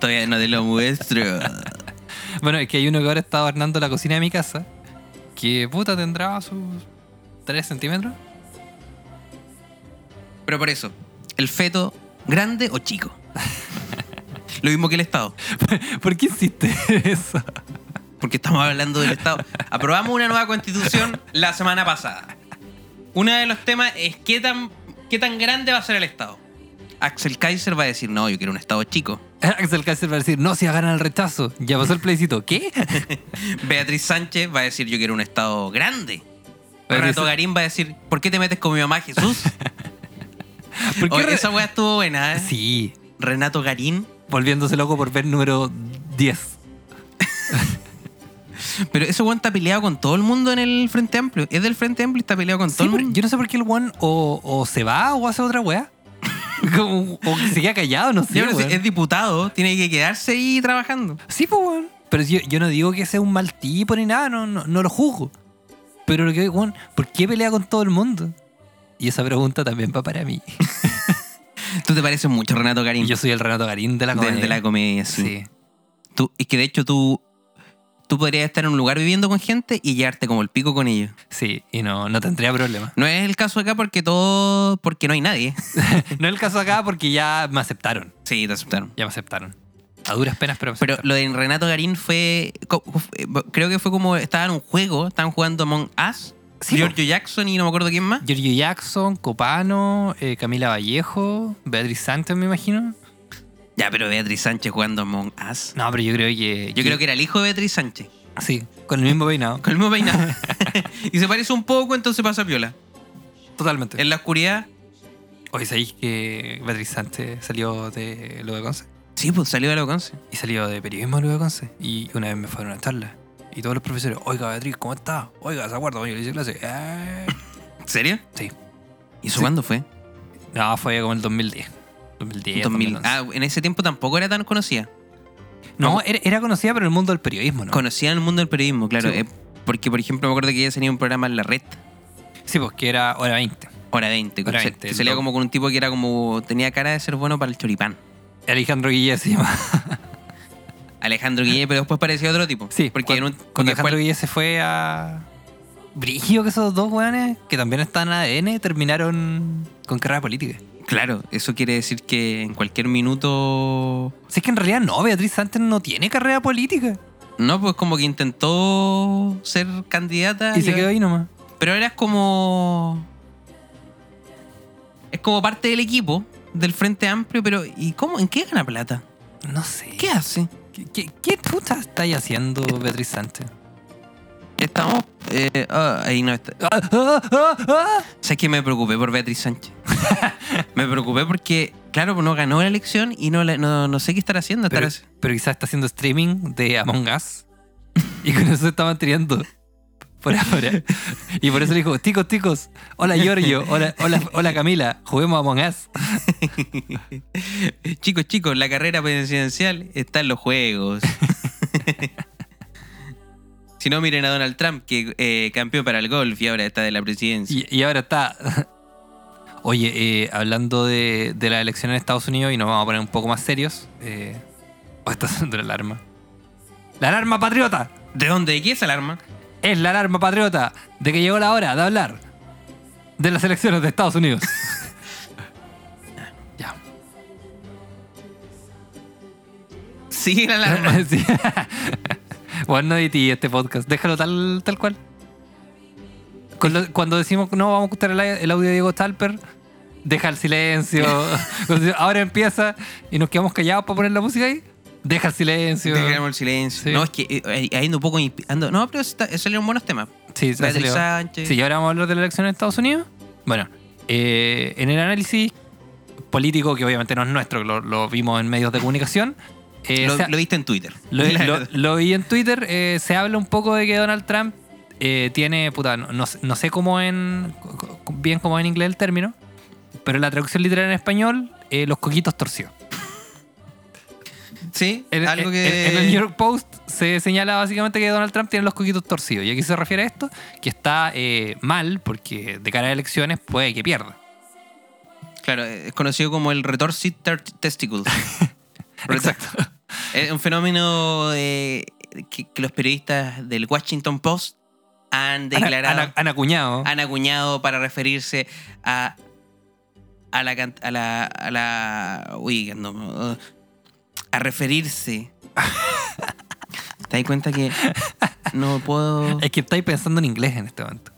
S2: Todavía no te lo muestro.
S1: Bueno, es que hay uno que ahora está adornando la cocina de mi casa. Que puta tendrá sus 3 centímetros.
S2: Pero por eso, ¿el feto grande o chico? Lo mismo que el Estado.
S1: ¿Por qué hiciste eso?
S2: porque estamos hablando del Estado. Aprobamos una nueva constitución la semana pasada. Uno de los temas es qué tan, qué tan grande va a ser el Estado. Axel Kaiser va a decir, no, yo quiero un Estado chico.
S1: Axel Kaiser va a decir, no, si ganan el rechazo. Ya pasó el plebiscito. ¿Qué?
S2: Beatriz Sánchez va a decir, yo quiero un Estado grande.
S1: Beatriz-
S2: Renato Garín va a decir, ¿por qué te metes con mi mamá Jesús?
S1: ¿Por qué
S2: Oye,
S1: re-
S2: esa weá estuvo buena, ¿eh?
S1: Sí,
S2: Renato Garín.
S1: volviéndose loco por ver número 10.
S2: Pero ese weón está peleado con todo el mundo en el Frente Amplio. Es del Frente Amplio y está peleado con
S1: Sí,
S2: todo el
S1: pero
S2: mundo.
S1: yo no sé por qué el one o, o se va o hace otra weá. Como- o que se queda callado, no sé.
S2: Ya, pero si
S1: weón.
S2: es diputado, tiene que quedarse ahí trabajando.
S1: Sí, pues, weón. Pero yo, yo no digo que sea un mal tipo ni nada, no, no, no lo juzgo. Pero lo que, weón, ¿por qué pelea con todo el mundo? Y esa pregunta también va para mí.
S2: Tú te pareces mucho a Renato Garín.
S1: Y yo soy el Renato Garín de la
S2: de,
S1: comedia.
S2: de la comedia, sí.
S1: sí.
S2: Tú, es que de hecho tú, tú podrías estar en un lugar viviendo con gente y llevarte como el pico con ellos.
S1: Sí, y no, no tendría problema.
S2: No es el caso acá porque todo, porque no hay nadie.
S1: No es el caso acá porque ya me aceptaron.
S2: Sí, te aceptaron.
S1: Ya me aceptaron. A duras penas, pero me
S2: Pero
S1: aceptaron.
S2: lo de Renato Garín fue, co- fue- creo que fue como, estaba en un juego, estaban jugando Among Us,
S1: Sí,
S2: Giorgio Jackson y no me acuerdo quién más.
S1: Giorgio Jackson, Copano, eh, Camila Vallejo, Beatriz Santos, me imagino.
S2: Ya, pero Beatriz Sánchez jugando Among Us.
S1: No, pero yo creo que.
S2: Yo creo que era el hijo de Beatriz Sánchez,
S1: Sí, con el mismo peinado.
S2: con el mismo peinado. y se parece un poco, entonces pasa piola.
S1: Totalmente.
S2: En la oscuridad,
S1: Hoy sabéis que Beatriz Sánchez salió de lo de Conce.
S2: sí, pues salió de la Conce.
S1: Y salió de periodismo de lo de Conce. Y una vez me fueron a una charla. Y todos los profesores, oiga Beatriz, ¿cómo está? Oiga, ¿se acuerda cuando yo le hice clase? Eh.
S2: ¿En serio?
S1: Sí.
S2: ¿Y eso
S1: Sí.
S2: cuándo fue?
S1: No, fue como el 2010. 2010.
S2: 2000.
S1: 2011.
S2: Ah, en ese tiempo tampoco era tan conocida.
S1: no, era, era conocida por el mundo del periodismo, ¿no?
S2: Conocida en el mundo del periodismo, claro.
S1: Sí.
S2: eh, porque, por ejemplo, me acuerdo que ella tenía un programa en la red,
S1: Sí, porque era hora 20.
S2: pues, Hora 20,
S1: Hora
S2: que se-
S1: 20,
S2: que salía
S1: lo-
S2: como con un tipo que era como. tenía cara de ser bueno para el choripán.
S1: Alejandro Guille se llama.
S2: Alejandro Guille, pero después parecía otro tipo.
S1: Sí,
S2: porque
S1: con,
S2: en un-
S1: con
S2: porque
S1: Alejandro
S2: fue-
S1: Guille se fue a. Brigio, que esos dos weones, que también están en ADN, terminaron con carrera política.
S2: Claro, eso quiere decir que en cualquier minuto.
S1: Si es que en realidad no, Beatriz Sánchez no tiene carrera política.
S2: No, pues como que intentó ser candidata.
S1: Y se quedó ahí nomás.
S2: Pero eras como. Es como parte del equipo del Frente Amplio, pero ¿y cómo? ¿En qué gana plata?
S1: No sé.
S2: ¿Qué
S1: ¿Qué,
S2: hace?
S1: qué, qué, puta estáis haciendo, Beatriz Sánchez?
S2: Estamos. eh, ah, ahí no está.
S1: Ah, ah, ah, ah.
S2: ¿Sabes que me preocupé por Beatriz Sánchez? me preocupé porque, claro, no ganó la elección y no, la- no, no sé qué estar haciendo.
S1: Pero,
S2: estará-
S1: pero quizás está haciendo streaming de Among Us. Y con eso se está manteniendo. Por ahora. Y por eso le dijo, ticos, ticos, hola Giorgio, hola, hola, hola Camila, juguemos a Among Us.
S2: Chicos, chicos, la carrera presidencial está en los juegos. si no, miren a Donald Trump, que eh, campeó para el golf y ahora está de la presidencia.
S1: Y, y ahora está. Oye, eh, hablando de, de la elección en Estados Unidos y nos vamos a poner un poco más serios. Eh... Oh, está sonando la alarma. ¡La alarma patriota!
S2: ¿De dónde? ¿De qué es alarma?
S1: Es la alarma patriota de que llegó la hora de hablar de las elecciones de Estados Unidos. ya.
S2: Sigue la alarma.
S1: Sí. bueno, no edití este podcast. Déjalo tal, tal cual. Cuando, cuando decimos no, vamos a escuchar el, el audio de Diego Talper, deja el silencio. Cuando dice, Ahora empieza y nos quedamos callados para poner la música ahí. Deja el silencio.
S2: Dejemos el silencio.
S1: Sí.
S2: No, es que eh, ahí- ahí ando un poco. inspi- ando- no, pero está- eh, salieron buenos temas.
S1: Sí, se ha
S2: Beatriz
S1: salido.
S2: Sánchez.
S1: Sí, y ahora vamos a hablar de la elección en Estados Unidos. Bueno, eh, en el análisis político, que obviamente no es nuestro, lo, lo vimos en medios de comunicación. eh,
S2: lo,
S1: se ha-
S2: lo viste en Twitter.
S1: lo,
S2: La
S1: lo-
S2: verdad.
S1: lo vi en Twitter, eh, se habla un poco de que Donald Trump eh, tiene, puta, no, no sé- no sé cómo en, co- co- bien cómo en inglés el término, pero la traducción literal en español, eh, los coquitos torcidos.
S2: sí,
S1: En,
S2: algo
S1: en-
S2: que.
S1: en el New York Post se señala básicamente que Donald Trump tiene los coquitos torcidos. ¿Y a qué se refiere esto? Que está eh, mal porque de cara a elecciones puede que pierda.
S2: Claro, es conocido como el retorcid ter- testicle.
S1: Exacto.
S2: Es un fenómeno eh, que, que los periodistas del Washington Post han declarado,
S1: Han, han acuñado.
S2: han acuñado para referirse a, a la, can- a la, a la- uy, no, a referirse. ¿Te das cuenta que no puedo?
S1: Es que estáis pensando en inglés en este momento.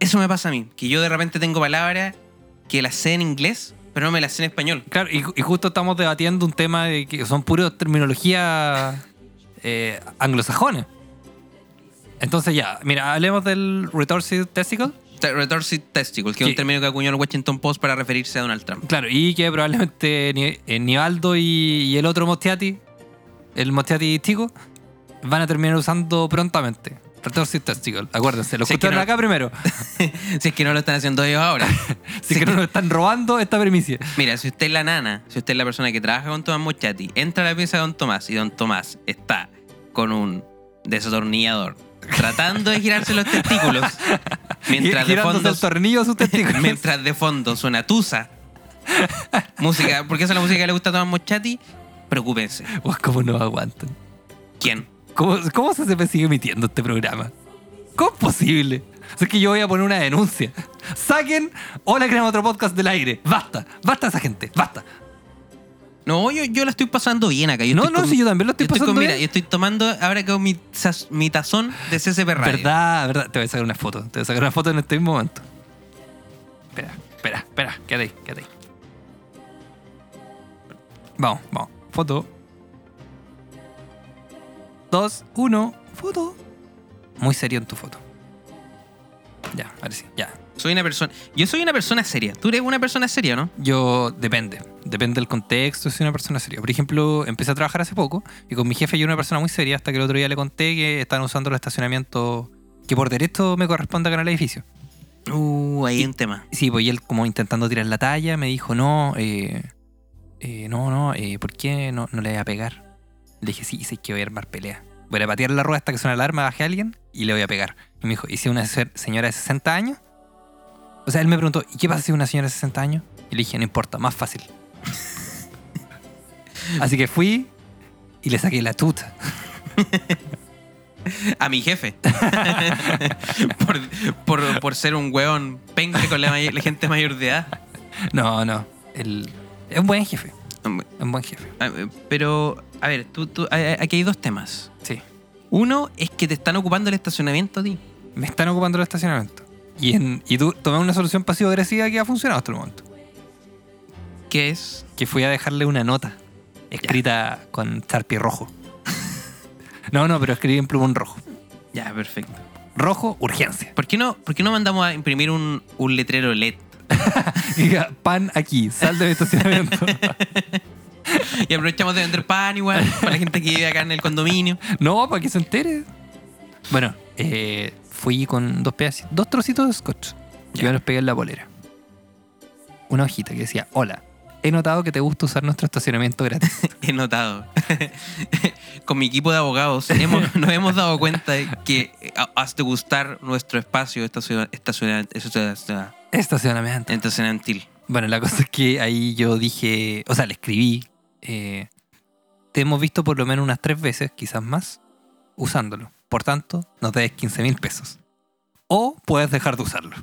S2: Eso me pasa a mí, que yo de repente tengo palabras que las sé en inglés, pero no me las sé en español.
S1: Claro, y, ju- y justo estamos debatiendo un tema de que son puros terminología eh, anglosajones. Entonces ya, mira, hablemos del retorcid testicle.
S2: Te- Retorcid testicle, que es
S1: Sí.
S2: un término que acuñó el Washington Post para referirse a Donald Trump.
S1: Claro, y que probablemente Ni- eh, Nivaldo y, y el otro Mostiati, el Mostiati chico, van a terminar usando prontamente. Retorcid testicle, acuérdense, lo
S2: Si es que
S1: escucharon
S2: no-
S1: acá primero.
S2: Si es que no lo están haciendo ellos ahora.
S1: Así que no nos están robando esta primicia.
S2: Mira, si usted es la nana, si usted es la persona que trabaja con Tomás Mochati, entra a la pieza de Don Tomás y Don Tomás está con un desatornillador tratando de girarse los testículos mientras
S1: Gi-
S2: de,
S1: girándose
S2: fondo,
S1: el tornillo a sus testículos.
S2: mientras de fondo suena tusa. música, porque esa es la música que le gusta a Tomás Mochati, preocúpense.
S1: Uy, ¿Cómo no aguantan?
S2: ¿Quién?
S1: ¿Cómo, cómo se se sigue emitiendo este programa? ¿Cómo es posible? O sea, Es que yo voy a poner una denuncia. Saquen Hola Creamos Otro Podcast del aire. Basta, basta esa gente, basta.
S2: No, yo, yo la estoy pasando bien acá. Yo
S1: No,
S2: estoy
S1: no,
S2: con-
S1: si yo también lo estoy
S2: con-
S1: pasando
S2: mira,
S1: bien.
S2: yo estoy tomando ahora que hago mi, sas- mi tazón de CCP Radio.
S1: Verdad, verdad. Te voy a sacar una foto. Te voy a sacar una foto en este mismo momento. Espera, espera, espera. Quédate ahí, quédate ahí. Vamos, vamos. Foto. Dos, uno, foto. Muy serio en tu foto. Ya, ahora sí, ya.
S2: Soy una persona. Yo soy una persona seria. Tú eres una persona seria, ¿no?
S1: Yo, depende. Depende del contexto, soy una persona seria. Por ejemplo, empecé a trabajar hace poco y con mi jefe yo era una persona muy seria hasta que el otro día le conté que están usando los estacionamientos que por derecho me corresponde acá en el edificio.
S2: Uh, ahí hay un tema.
S1: Sí, pues y él como intentando tirar la talla me dijo, no, eh, eh, no, no, eh, ¿por qué no, no le voy a pegar? Le dije, sí, sé que voy a armar pelea. Voy a patear la rueda hasta que suene la alarma, baje a alguien y le voy a pegar. Y me dijo, ¿y si una se- señora de 60 años? O sea, él me preguntó, ¿y qué pasa si una señora de 60 años? Y le dije, no importa, más fácil. Así que fui y le saqué la tuta.
S2: A mi jefe. por, por- por ser un weón penca con la, may- la gente mayor de edad.
S1: No, no, él es un buen jefe, es un buen jefe,
S2: Ah, eh, Pero, a ver, tú, tú- a- a- aquí hay dos temas.
S1: sí.
S2: Uno es que te están ocupando el estacionamiento a ti.
S1: me están ocupando el estacionamiento. Y, en, y tú tomé una solución pasivo-agresiva que ha funcionado hasta el momento.
S2: Que es.
S1: Que fui a dejarle una nota escrita con charpie rojo. no, no, pero escribí en plumón rojo.
S2: Ya, perfecto.
S1: Rojo, urgencia.
S2: ¿Por qué no, por qué no mandamos a imprimir un, un letrero LED?
S1: Y diga, pan aquí, sal del estacionamiento.
S2: Y aprovechamos de vender pan igual para la gente que vive acá en el condominio.
S1: no, para que se entere. Bueno, eh, fui con dos pedacitos, dos trocitos de scotch. Yo me los pegué en la bolera. Una hojita que decía, hola, he notado que te gusta usar nuestro estacionamiento gratis.
S2: He notado. Con mi equipo de abogados hemos- nos hemos dado cuenta de que eh, ha- has de gustar nuestro espacio estaciona- estaciona- estaciona-
S1: Estacionamiento.
S2: estacionantil.
S1: Bueno, la cosa es que ahí yo dije, o sea, le escribí, eh, te hemos visto por lo menos unas tres veces, quizás más, usándolo. Por tanto, nos debes 15 mil pesos. O puedes dejar de usarlo.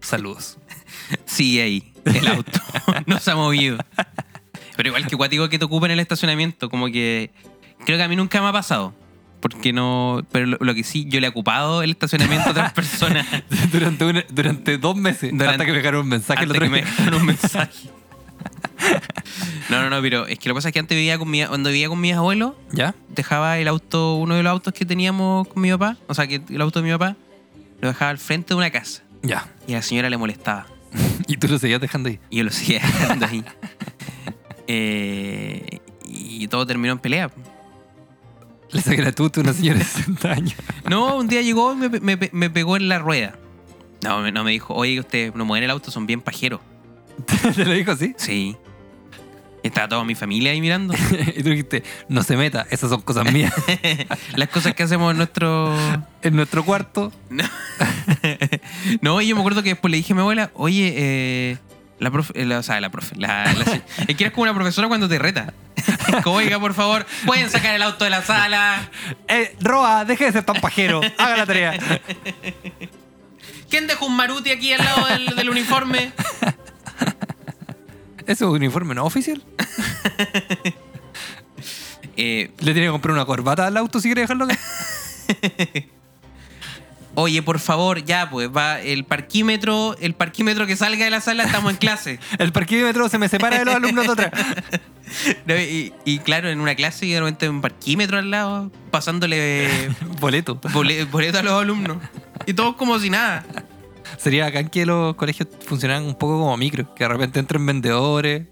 S1: Saludos.
S2: Sigue ahí, el auto. nos ha movido. Pero igual que cuático que te ocupen el estacionamiento, como que creo que a mí nunca me ha pasado. Porque no. Pero lo, lo que sí, yo le he ocupado el estacionamiento a otras personas
S1: durante, un- durante dos meses,
S2: Durante-
S1: hasta que me dejaron un mensaje el
S2: antes
S1: otro
S2: que me
S1: día.
S2: dejaron un mensaje. No, no, no, pero es que lo que pasa es que antes vivía con mi, cuando vivía con mis abuelos,
S1: ¿Ya?
S2: dejaba el auto, uno de los autos que teníamos con mi papá, o sea, que el auto de mi papá, lo dejaba al frente de una casa.
S1: Ya.
S2: Y a la señora le molestaba.
S1: Y tú lo seguías dejando ahí.
S2: Y yo lo seguía dejando ahí. Eh, y todo terminó en pelea.
S1: Le saqué la tuta a una señora de 60 años.
S2: No, un día llegó y me, pe- me pe- me pegó en la rueda. No, me- no me dijo, oye, ustedes no mueven el auto, son bien pajeros.
S1: Te lo dijo así.
S2: Sí. Estaba toda mi familia ahí mirando.
S1: Y tú dijiste, no se meta, esas son cosas mías.
S2: Las cosas que hacemos en nuestro.
S1: En nuestro cuarto.
S2: No, y yo me acuerdo que después le dije a mi abuela, oye, eh, la profe, eh, la- o sea, la profe, la, la- es que eres como una profesora cuando te reta. Como, oiga, por favor, pueden sacar el auto de la sala.
S1: Eh, Roa, deje de ser tan pajero. Haga la tarea.
S2: ¿Quién dejó un maruti aquí al lado del, del uniforme?
S1: Eso es un uniforme no oficial.
S2: Eh,
S1: Le tiene que comprar una corbata al auto si quiere dejarlo acá.
S2: oye, por favor, ya, pues va el parquímetro, el parquímetro que salga de la sala, estamos en clase.
S1: El parquímetro se me separa de los alumnos de atrás.
S2: No, Y, y claro, en una clase y de repente un parquímetro al lado, pasándole
S1: Boleto.
S2: bole- boleto a los alumnos. Y todos como si nada.
S1: Sería acá en que los colegios funcionaran un poco como micro, que de repente entran vendedores.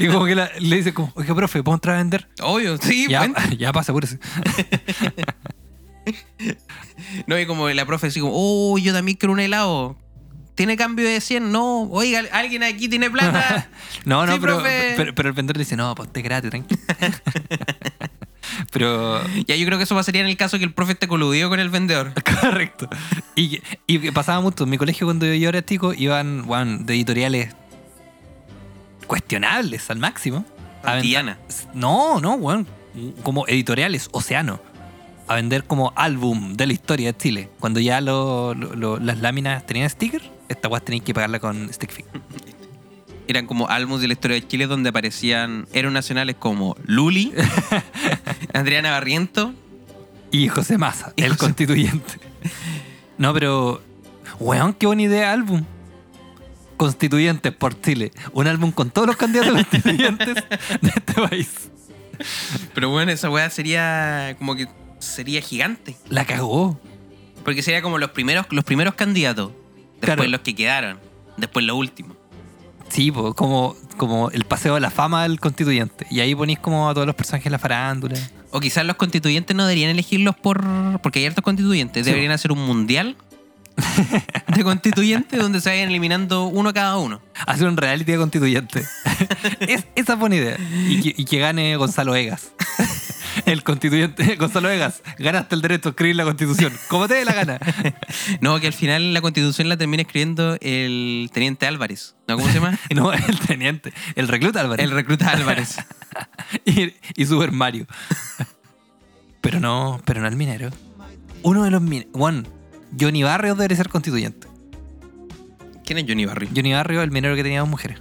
S1: y como que la- le dicen como, oiga, profe, ¿puedo entrar a vender?
S2: Obvio, sí,
S1: ya,
S2: cuenta.
S1: ya pasa, apúrese.
S2: No, y como la profe así como, oh, yo también quiero un helado. ¿Tiene cambio de 100? No. Oiga, alguien aquí tiene plata.
S1: No, no,
S2: Sí,
S1: pero,
S2: profe.
S1: pero, pero el vendedor le dice, no, ponte gratis, tranquilo. pero,
S2: ya, yo creo que eso pasaría en el caso que el profe esté coludido con el vendedor.
S1: correcto. Y, y que pasaba mucho. En mi colegio, cuando yo era chico, iban weón, de editoriales cuestionables al máximo. A ven-
S2: Diana.
S1: No, no, weón. Como editoriales, océano. A vender como álbum de la historia de Chile. Cuando ya lo- lo- lo- las láminas tenían sticker, esta weá tenías que pagarla con stick fix.
S2: Eran como álbumes de la historia de Chile donde aparecían héroes nacionales como Luli, Adriana Barriento.
S1: Y José Massa,
S2: Y
S1: el
S2: José-
S1: constituyente. No, pero. Weón, qué buena idea álbum. Constituyentes por Chile. Un álbum con todos los candidatos constituyentes de este país.
S2: Pero bueno, esa weá sería como que sería gigante.
S1: La cagó.
S2: Porque sería como los primeros, los primeros candidatos. Después
S1: Claro.
S2: los que quedaron. Después los últimos.
S1: Sí, po, como, como el paseo de la fama del constituyente. Y ahí ponís como a todos los personajes de la farándula.
S2: O quizás los constituyentes no deberían elegirlos por. Porque hay hartos constituyentes.
S1: Sí.
S2: Deberían hacer un mundial de constituyentes donde se vayan eliminando uno cada uno.
S1: Hacer un reality de constituyente. es, esa es buena idea. Y que, y que gane Gonzalo Egas. El constituyente. Gonzalo Egas, ganaste el derecho a escribir la constitución. Como te dé la gana.
S2: No, que al final la constitución la termina escribiendo el teniente Álvarez. ¿No? ¿Cómo se llama?
S1: No, el teniente. El recluta Álvarez.
S2: El recluta Álvarez.
S1: y, y Super Mario. pero no, pero no el minero. Uno de los mineros. Juan, Johnny Barrios debe ser constituyente.
S2: ¿Quién es Johnny Barry?
S1: Johnny Barrios, el minero que tenía dos mujeres.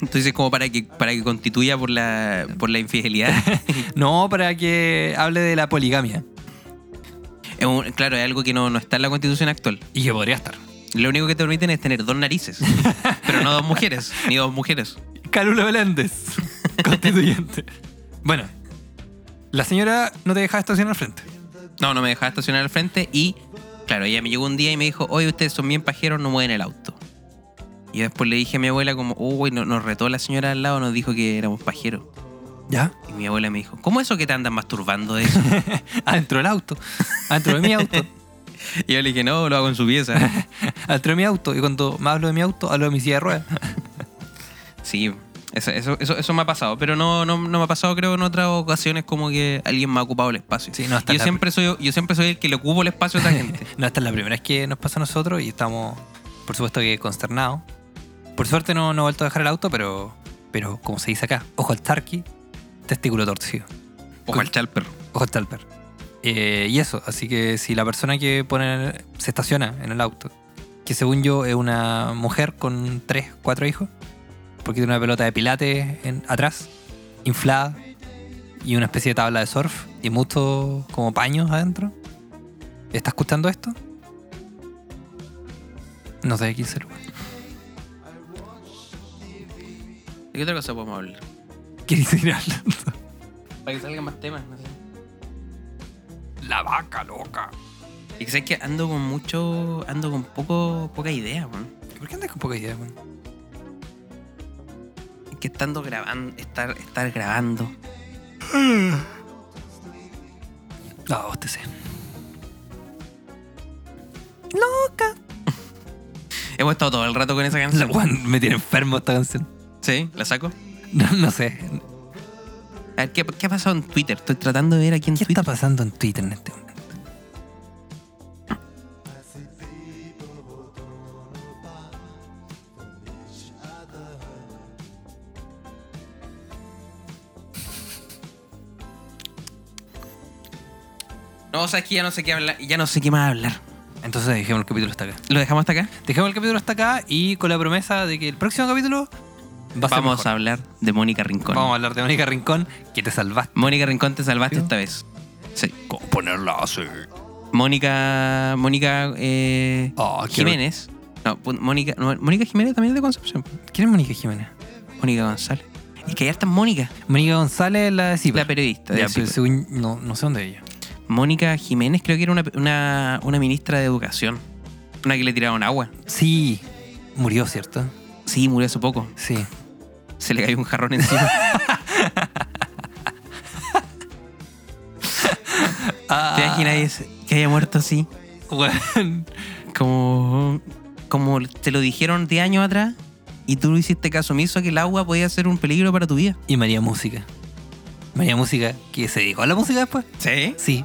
S2: Entonces, como para que, para que constituya por la, por la infidelidad.
S1: No, para que hable de la poligamia.
S2: Es un- claro, es algo que no, no está en la constitución actual.
S1: Y que podría estar.
S2: Lo único que te permiten es tener dos narices, pero no dos mujeres, ni dos mujeres.
S1: Carulo Beléndez, constituyente. Bueno, la señora no te dejaba estacionar al frente.
S2: No, no me dejaba estacionar al frente y, claro, ella me llegó un día y me dijo, oye, ustedes son bien pajeros, no mueven el auto. Y después le dije a mi abuela como, uy, no- nos retó la señora al lado, nos dijo que éramos pajeros.
S1: ¿Ya?
S2: Y mi abuela me dijo, ¿cómo eso que te andan masturbando de eso?
S1: Adentro del Ah, auto. Adentro de mi auto.
S2: y yo le dije, no, lo hago en su pieza.
S1: Adentro de mi auto. Y cuando más hablo de mi auto, hablo de mi silla de ruedas.
S2: sí, eso, eso, eso, eso me ha pasado, pero no, no, no me ha pasado creo en otras ocasiones como que alguien me ha ocupado el espacio.
S1: Sí, no, hasta
S2: yo,
S1: la-
S2: siempre soy, yo siempre soy el que le ocupo el espacio a otra gente.
S1: No, esta es la primera vez que nos pasa a nosotros y estamos, por supuesto que consternados. Por suerte no, no he vuelto a dejar el auto, pero, pero como se dice acá, ojo al tarqui, testículo torcido.
S2: Ojo al chal, perro.
S1: Ojo al talper. Eh, y eso, así que si la persona que pone se estaciona en el auto, que según yo es una mujer con tres, cuatro hijos, porque tiene una pelota de pilates en- atrás, inflada, y una especie de tabla de surf, y muchos como paños adentro. ¿Estás escuchando esto? No sé de quién se lo
S2: ¿De qué otra cosa podemos hablar?
S1: ¿Quieres ir hablando?
S2: Para que salgan más temas, no sé.
S1: La vaca loca.
S2: Y que sabes que ando con mucho. Ando con poco, poca idea, weón.
S1: ¿Por qué andas con poca idea, weón?
S2: Es que estando grabando. Estar, estar grabando.
S1: No, vos te sé. Loca.
S2: Hemos estado todo el rato con esa
S1: La,
S2: canción.
S1: weón, me tiene enfermo esta canción.
S2: Sí, la saco.
S1: No, no sé.
S2: A ver, ¿qué, qué ha pasado en Twitter? Estoy tratando de ver aquí en
S1: ¿Qué
S2: Twitter.
S1: está pasando en Twitter en este momento?
S2: No, o sea, es que ya no sé qué hablar. Ya no sé qué más hablar.
S1: Entonces dejemos el capítulo hasta acá.
S2: ¿Lo dejamos hasta acá?
S1: Dejemos el capítulo hasta acá y con la promesa de que el próximo capítulo va a ser
S2: Vamos
S1: mejor.
S2: a hablar de Mónica Rincón.
S1: Vamos a hablar de Mónica Rincón, que te salvaste.
S2: Mónica Rincón, te salvaste
S1: ¿Sí?
S2: esta vez. Sí.
S1: ¿Cómo ponerla así?
S2: Ah, Mónica. Mónica. Eh,
S1: Oh, quiero-
S2: Jiménez. No, pon- Mónica. no, Mónica Jiménez también es de Concepción.
S1: ¿Quién es Mónica Jiménez?
S2: Mónica González. Es que hay hartas Mónica.
S1: Mónica González, la de Cipa.
S2: La periodista. pues. de
S1: pues. Ya, pero
S2: Ciper.
S1: según- no, no sé dónde es ella.
S2: Mónica Jiménez creo que era una, una, una ministra de educación. Una que le tiraron agua.
S1: Sí, murió, ¿cierto?
S2: Sí, murió hace poco.
S1: Sí.
S2: Se le cayó un jarrón encima. ¿Te
S1: Ah.
S2: imaginas que haya muerto así?
S1: Weón.
S2: Como, como te lo dijeron 10 años atrás y tú hiciste caso omiso a que el agua podía ser un peligro para tu vida.
S1: Y María Música. María Música, que se dedicó a la música después.
S2: ¿Sí?
S1: Sí.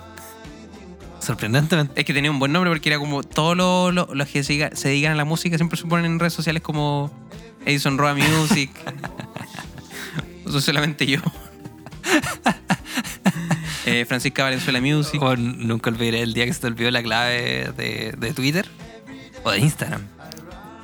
S1: Sorprendentemente.
S2: Es que tenía un buen nombre porque era como todos los, los- los que se, diga- se dedican a la música siempre se ponen en redes sociales como Edison Roa Music. Eso solamente yo. Eh, Francisca Valenzuela Music.
S1: Weón, nunca olvidaré el día que se te olvidó la clave de, de Twitter o de Instagram.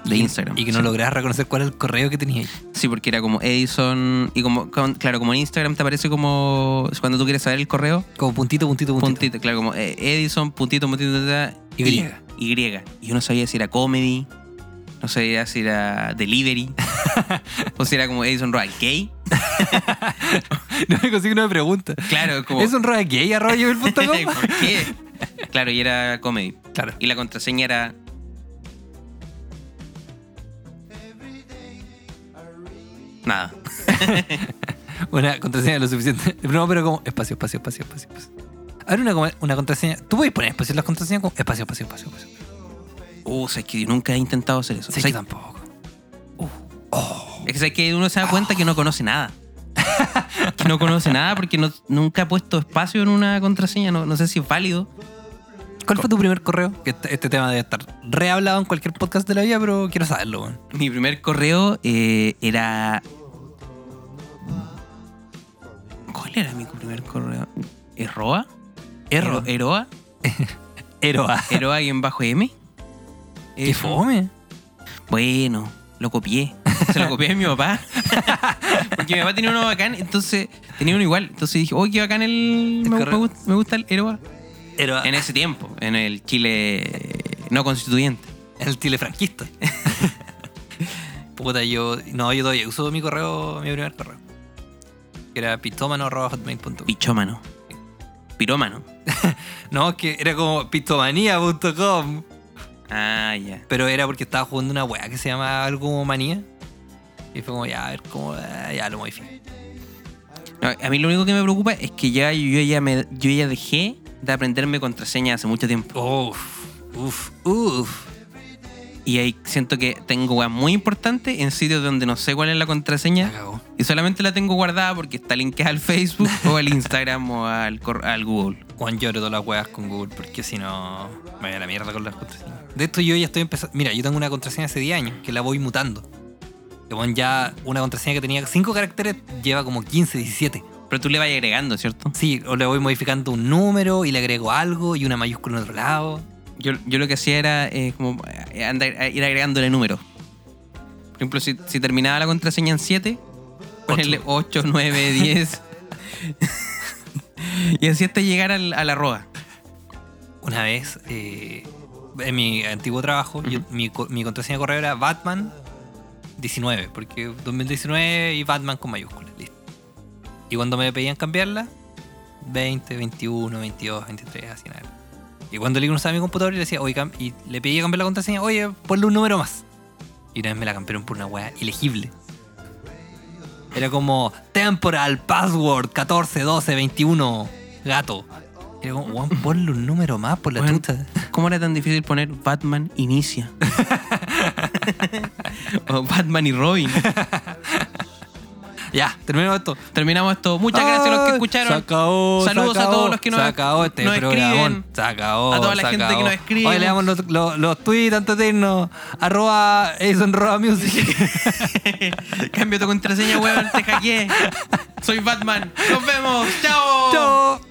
S2: De Instagram,
S1: Y que no
S2: sí.
S1: lograbas reconocer cuál era el correo que tenías.
S2: Sí, porque era como Edison. Y como, con- claro, como en Instagram te aparece como. Cuando tú quieres saber el correo,
S1: Como puntito, puntito, puntito.
S2: puntito. claro, como eh, Edison, puntito, puntito, puntito,
S1: Y.
S2: Y. Y. Y yo no sabía si era comedy, no sabía si era delivery, o si era como Edison Roa Gay.
S1: No me consigo una pregunta.
S2: Claro, como.
S1: ¿Es un rock gay arroba gmail punto com?
S2: ¿Por qué? Claro, y era comedy.
S1: Claro.
S2: Y la contraseña era. Nada.
S1: Una contraseña lo suficiente. No, pero como espacio, espacio, espacio, espacio. espacio. Ahora una, como- una contraseña. Tú puedes poner espacio en las contraseñas como espacio, espacio, espacio. espacio.
S2: Uh, sabes que yo nunca he intentado hacer eso.
S1: Sí,
S2: Sabes-
S1: yo tampoco.
S2: Es que, sabes que uno se da cuenta que no conoce nada. que no conoce nada porque no- nunca ha puesto espacio en una contraseña. No, no sé si es válido.
S1: ¿Cuál fue tu primer correo? Que este, este tema debe estar rehablado en cualquier podcast de la vida, pero quiero saberlo, weón.
S2: Mi primer correo eh, era. ¿Cuál era mi primer correo? ¿Erroa?
S1: Erro.
S2: Ero- ¿Eroa?
S1: Eroa.
S2: ¿Eroa y en bajo M?
S1: Qué
S2: Eso.
S1: fome.
S2: Bueno, lo copié. Se lo copié a mi papá. Porque mi papá tenía uno bacán, entonces tenía uno igual. Entonces dije, oh, qué bacán el.
S1: El
S2: me,
S1: correo.
S2: me gust- me gusta el Eroa.
S1: Eroa.
S2: En ese tiempo, en el Chile eh, no constituyente.
S1: El Chile franquista. Puta, yo. No, yo todavía uso mi correo, mi primer correo. Que era pitómano.hotmail.com.
S2: Pichómano. Pirómano.
S1: No, es que era como pitomanía.com.
S2: Ah, ya.
S1: Pero era porque estaba jugando una weá que se llama algo como manía. Y fue como, ya, a ver cómo. eh, Ya lo modifiqué.
S2: No, a mí lo único que me preocupa es que ya yo ya me yo ya dejé de aprenderme contraseña hace mucho tiempo.
S1: Uf, uf, uf.
S2: Y ahí siento que tengo weas muy importantes en sitios donde no sé cuál es la
S1: Ya
S2: contraseña.
S1: cagó.
S2: Y solamente la tengo guardada porque está linkeada al Facebook o al Instagram o al, cor- al Google.
S1: Juan lloro todas las weas con Google porque si no me voy a la mierda con las contraseñas. De esto yo ya estoy empezando. Mira, yo tengo una contraseña hace 10 años que la voy mutando. Que Juan ya una contraseña que tenía 5 caracteres lleva como 15, 17.
S2: Pero tú le vas agregando, ¿cierto?
S1: Sí, o le voy modificando un número y le agrego algo y una mayúscula en otro lado.
S2: Yo, yo lo que hacía era eh, como eh, andar- eh, ir agregándole números. Por ejemplo, si, si terminaba la contraseña en 7, ponerle 8, 9, 10. y así hasta llegar al, a la arroba.
S1: Una vez, eh, en mi antiguo trabajo, yo- mi, co- mi contraseña de correo era Batman 19, porque 2019 y Batman con mayúsculas, listo. Y cuando me pedían cambiarla, 20, 21, 22, 23, así nada. Y cuando le usaba mi computador y le decía, oye, cam- y le pedía cambiar la contraseña, oye, ponle un número más. Y una vez me la cambiaron por una weá ilegible. Era como temporal password 14, 12, 21, gato. Era como, weón, ponle un número más por la
S2: Weón,
S1: tuta.
S2: ¿Cómo era tan difícil poner Batman inicia? o Batman y Robin.
S1: Ya, terminemos esto.
S2: Terminamos esto. Muchas gracias a los que
S1: Ay,
S2: escucharon.
S1: se acabó,
S2: Saludos
S1: se
S2: a
S1: acabó,
S2: todos los que nos-
S1: se acabó este
S2: nos
S1: programón,
S2: escriben.
S1: Se acabó.
S2: A toda la
S1: se
S2: gente que
S1: acabó.
S2: nos escribe.
S1: Oye, le damos los, los, los tweets antes de irnos. Arroba Jason Roa Music.
S2: Cambio tu contraseña, weón. Te hackeé. Soy Batman. Nos vemos. Chao.
S1: Chao.